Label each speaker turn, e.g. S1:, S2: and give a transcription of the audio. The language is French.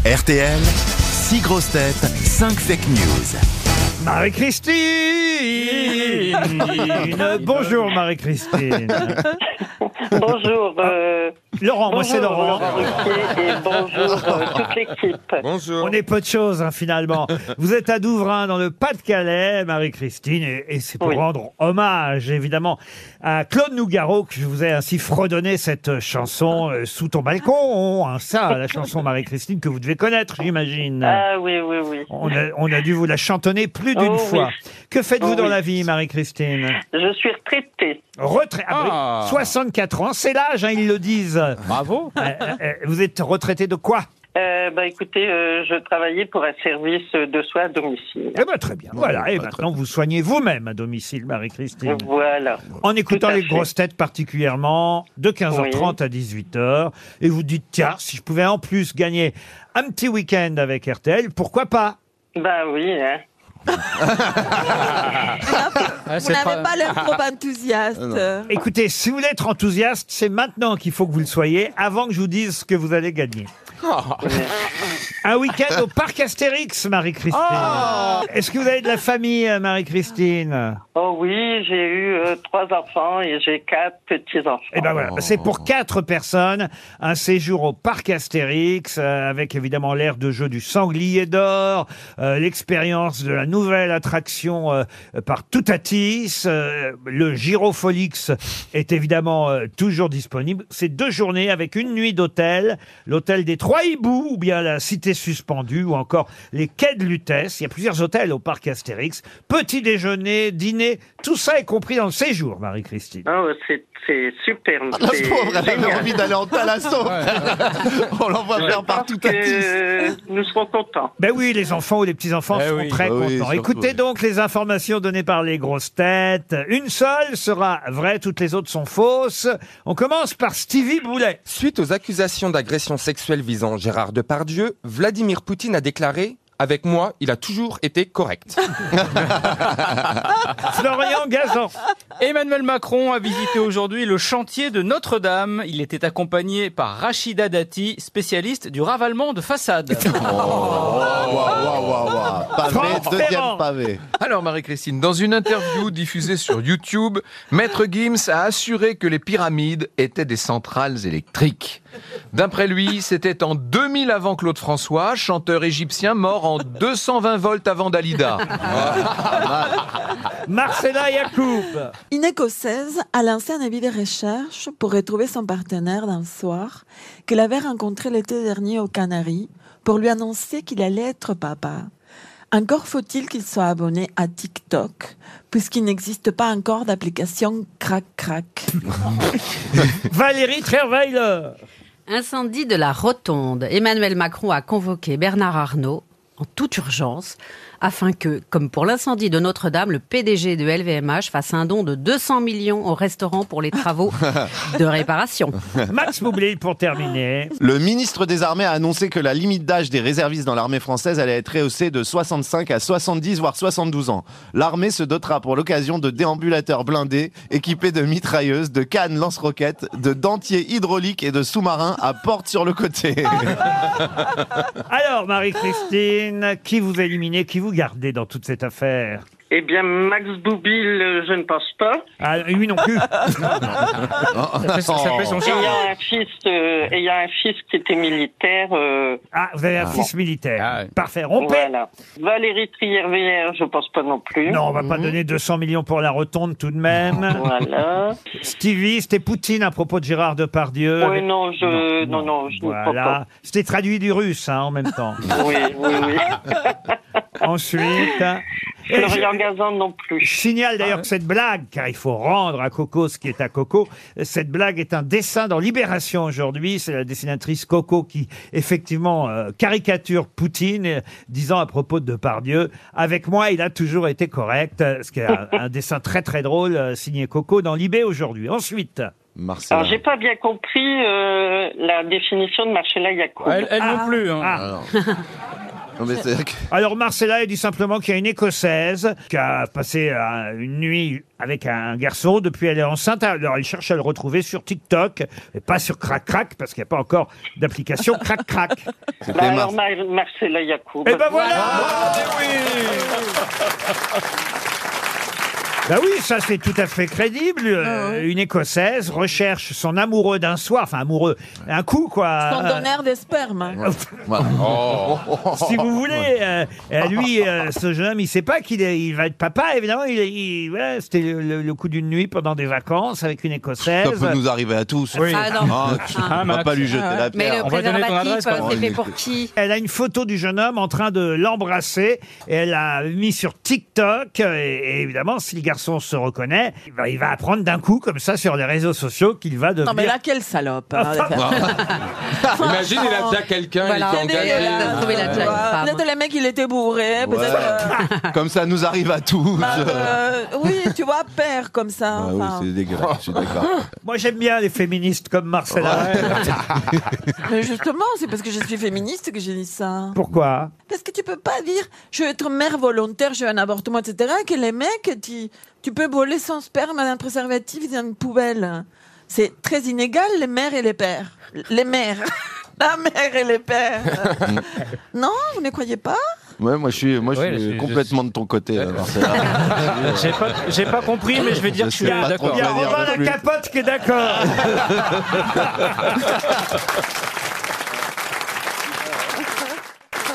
S1: RTL, 6 grosses têtes, 5 fake news.
S2: Marie-Christine Bonjour Marie-Christine
S3: Bonjour. euh,
S2: Laurent, Ah, moi
S3: bonjour
S2: c'est Laurent.
S3: Laurent Ruquier et bonjour euh, toute l'équipe.
S2: On est peu de choses hein, finalement. Vous êtes à Douvrin dans le Pas-de-Calais, Marie-Christine, et, et c'est pour
S3: Oui.
S2: rendre hommage évidemment à Claude Nougaro que je vous ai ainsi fredonné cette euh, chanson euh, sous ton balcon. hein, ça, la chanson Marie-Christine que vous devez connaître, j'imagine.
S3: Ah oui, oui, oui.
S2: On a, on a dû vous la chantonner plus d'une
S3: Oh, oui.
S2: fois. Que faites-vous
S3: Oh,
S2: dans
S3: oui.
S2: la vie, Marie-Christine
S3: Je suis retraitée.
S2: Retraite.
S4: Ah.
S2: 64 ans, c'est l'âge, hein, ils le disent.
S4: Bravo.
S2: Euh, euh, euh, vous êtes retraité de quoi
S3: Euh, bah écoutez, euh, je travaillais pour un service de soins à domicile.
S2: Eh ben, très bien. Voilà. Et maintenant, vous soignez vous-même à domicile,
S5: Mmh.
S2: Marie-Christine.
S3: Voilà.
S2: En écoutant
S3: à
S2: les
S3: fait.
S2: grosses têtes particulièrement, de 15h30 à 18h. Et vous dites, tiens, si je pouvais en plus gagner un petit week-end avec RTL, pourquoi pas
S3: Bah oui, hein.
S6: Vous n'avez pas l'air trop enthousiaste. Euh,
S2: Écoutez, si vous voulez être enthousiaste, c'est maintenant qu'il faut que vous le soyez, avant que je vous dise ce que vous allez gagner.
S5: Ah.
S2: Un week-end au parc Astérix, Marie-Christine. Est-ce que vous avez de la famille, euh, Marie-Christine
S3: Oh oui, j'ai eu euh, trois enfants et j'ai quatre petits-enfants.
S2: Eh ben voilà, c'est pour quatre personnes, un séjour au parc Astérix, euh, avec évidemment l'air de jeu du sanglier d'or, euh, l'expérience de la nouvelle attraction euh, par Toutatis, euh, le Girofolix est évidemment euh, toujours disponible. C'est deux journées avec une nuit d'hôtel, l'hôtel des Trois Hiboux, ou bien la Cité Suspendue, ou encore les Quais de Lutèce. Il y a plusieurs hôtels au parc Astérix. Petit déjeuner, dîner, tout ça est compris dans le séjour, Marie-Christine.
S3: Oh, c'est, c'est superbe.
S5: Ah, La
S3: c'est
S5: pauvre, elle avait
S3: génial.
S5: envie d'aller en thalasso. On l'envoie faire
S3: Parce
S5: par tout à tous.
S3: que euh, nous serons contents.
S2: Ben oui, les enfants ou les petits-enfants
S4: Eh
S2: seront
S4: oui.
S2: très
S5: Ah oui,
S2: contents.
S5: surtout,
S2: Écoutez
S5: oui.
S2: donc les informations données par les grosses têtes. Une seule sera vraie, toutes les autres sont fausses. On commence par Stevie Boulet.
S4: Suite aux accusations d'agression sexuelle visant Gérard Depardieu, Vladimir Poutine a déclaré Avec moi, il a toujours été correct.
S2: Florian Gazan.
S7: Emmanuel Macron a visité aujourd'hui le chantier de Notre-Dame. Il était accompagné par Rachida Dati, spécialiste du ravalement de façade.
S5: Waouh, waouh, waouh, waouh. Pavé,
S2: Franck Ferrand.
S5: deuxième pavé.
S8: Alors Marie-Christine, dans une interview diffusée sur YouTube, Maître Gims a assuré que les pyramides étaient des centrales électriques. D'après lui, c'était en 2000 avant Claude François, chanteur égyptien mort en 220 volts avant Dalida.
S2: Marcella Yacoub.
S6: Une Écossaise a lancé un avis de recherche pour retrouver son partenaire d'un soir qu'elle avait rencontré l'été dernier aux Canaries pour lui annoncer qu'il allait être papa. Encore faut-il qu'il soit abonné à TikTok, puisqu'il n'existe pas encore d'application Crac Crac.
S2: Valérie Trierweiler.
S9: Incendie de la Rotonde. Emmanuel Macron a convoqué Bernard Arnault en toute urgence afin que, comme pour l'incendie de Notre-Dame, le PDG de LVMH fasse un don de 200 millions au restaurant pour les travaux de réparation.
S2: Max Boublil pour terminer.
S5: Le ministre des Armées a annoncé que la limite d'âge des réservistes dans l'armée française allait être rehaussée de 65 à 70 voire 72 ans. L'armée se dotera pour l'occasion de déambulateurs blindés équipés de mitrailleuses, de cannes lance-roquettes, de dentiers hydrauliques et de sous-marins à porte sur le côté.
S2: Alors, Marie-Christine, qui vous éliminez, qui vous gardez dans toute cette affaire
S3: Eh bien, Max Boubil, euh, je ne pense pas.
S2: ah, Lui non plus.
S7: Ça fait son- ça fait son
S3: Et
S7: charme.
S3: il y a un fils, euh, et il y a un fils qui était militaire. euh,
S2: Ah, vous avez un fils militaire.
S7: Ah ouais.
S2: Parfait. On paie.
S3: voilà. Valérie Trierveillère, je pense pas non plus.
S2: Non, on va pas donner 200 millions pour la rotonde tout de même.
S3: Voilà.
S2: Stevie, c'était Poutine à propos de Gérard Depardieu.
S3: Oui,
S2: avec-
S3: non, je, non, non, je ne crois pas.
S2: Voilà. C'était traduit du russe hein, en même temps.
S3: Oui, oui, oui.
S2: Ensuite. hein, et je-
S3: Florian Gazan non
S2: je
S3: plus.
S2: signale d'ailleurs que cette blague, car il faut rendre à Coco ce qui est à Coco, cette blague est un dessin dans Libération aujourd'hui. C'est la dessinatrice Coco qui, effectivement, euh, caricature Poutine, euh, disant à propos de Pardieu, avec moi, il a toujours été correct. euh, Ce qui est un, un dessin très très drôle, euh, signé Coco dans Libé aujourd'hui. Ensuite.
S5: Marcella.
S3: Alors, j'ai pas bien compris euh, la définition de Marcella Yacoub.
S7: Elle, elle
S2: Ah.
S7: non plus. hein.
S2: Ah.
S5: Non, mais c'est-
S2: Alors Marcella, elle dit simplement qu'il y a une Écossaise qui a passé euh, une nuit avec un garçon. Depuis, elle est enceinte. Alors, elle cherche à le retrouver sur TikTok, mais pas sur Crac Crac, parce qu'il n'y a pas encore d'application Crac Crac.
S5: C'était
S3: Bah alors,
S5: Mars.
S3: Mar- Marcella Yacoub.
S2: Eh ben voilà Bah oui, ça c'est tout à fait crédible. Euh, Une Écossaise recherche son amoureux d'un soir, enfin amoureux, un coup
S4: Ah,
S2: quoi.
S6: Son
S2: Euh,
S6: donneur de sperme.
S5: Voilà.
S2: si vous voulez, euh, euh, lui, euh, ce jeune homme, il sait pas qu'il est- il va être papa. Évidemment, il, il- voilà, c'était le, le- le coup d'une nuit pendant des vacances avec une écossaise.
S5: Ça peut nous arriver à tous.
S2: Oui.
S9: Ah non.
S5: Ah,
S9: Ah.
S5: on va
S7: Max.
S5: pas lui jeter la
S9: Mais
S5: pierre.
S9: le
S7: On va donner ton
S9: préservatif,
S7: adresse,
S9: euh,
S7: pardon.
S9: c'est fait pour qui
S2: Elle a une photo du jeune homme en train de l'embrasser et elle l'a mis sur TikTok. Et, et évidemment, si le garçon se reconnaît, il va- il va apprendre d'un coup, comme ça, sur les réseaux sociaux, qu'il va
S4: Ah,
S2: devenir.
S6: Non, mais là, quelle salope. hein, les gars.
S4: Imagine, il a déjà quelqu'un,
S9: Voilà.
S4: il est
S9: Tenez,
S4: engagé.
S9: euh, ça se trouve, il a déjà une femme.
S6: Peut-être le mec, il était bourré. Peut-être. euh,
S5: Comme ça nous arrive à tous.
S6: bah, euh, oui, tu vois, père comme ça.
S8: Bah
S5: Ah oui,
S6: enfin.
S5: c'est dégueulasse, je suis d'accord.
S2: Moi, j'aime bien les féministes comme Marcella.
S6: Mais justement, c'est parce que je suis féministe que j'ai dit ça.
S2: Pourquoi
S6: Parce que tu peux pas dire, je veux être mère volontaire, je veux un avortement, etc. Que les mecs, tu, tu peux voler son sperme à un préservatif dans une poubelle. C'est très inégal, les mères et les pères. Les mères. La mère et les pères. non, vous ne croyez pas
S5: Ouais, moi je suis, moi, je
S7: Ouais,
S5: suis
S7: je- je-
S5: complètement de ton côté. euh, là, Marcella.
S7: J'ai pas, j'ai pas compris, mais je vais dire que je suis
S5: sais pas
S7: d'accord.
S5: trop
S2: Il y a
S5: Pas dire
S2: Romain
S5: non
S2: la
S5: plus.
S2: capote qui est d'accord.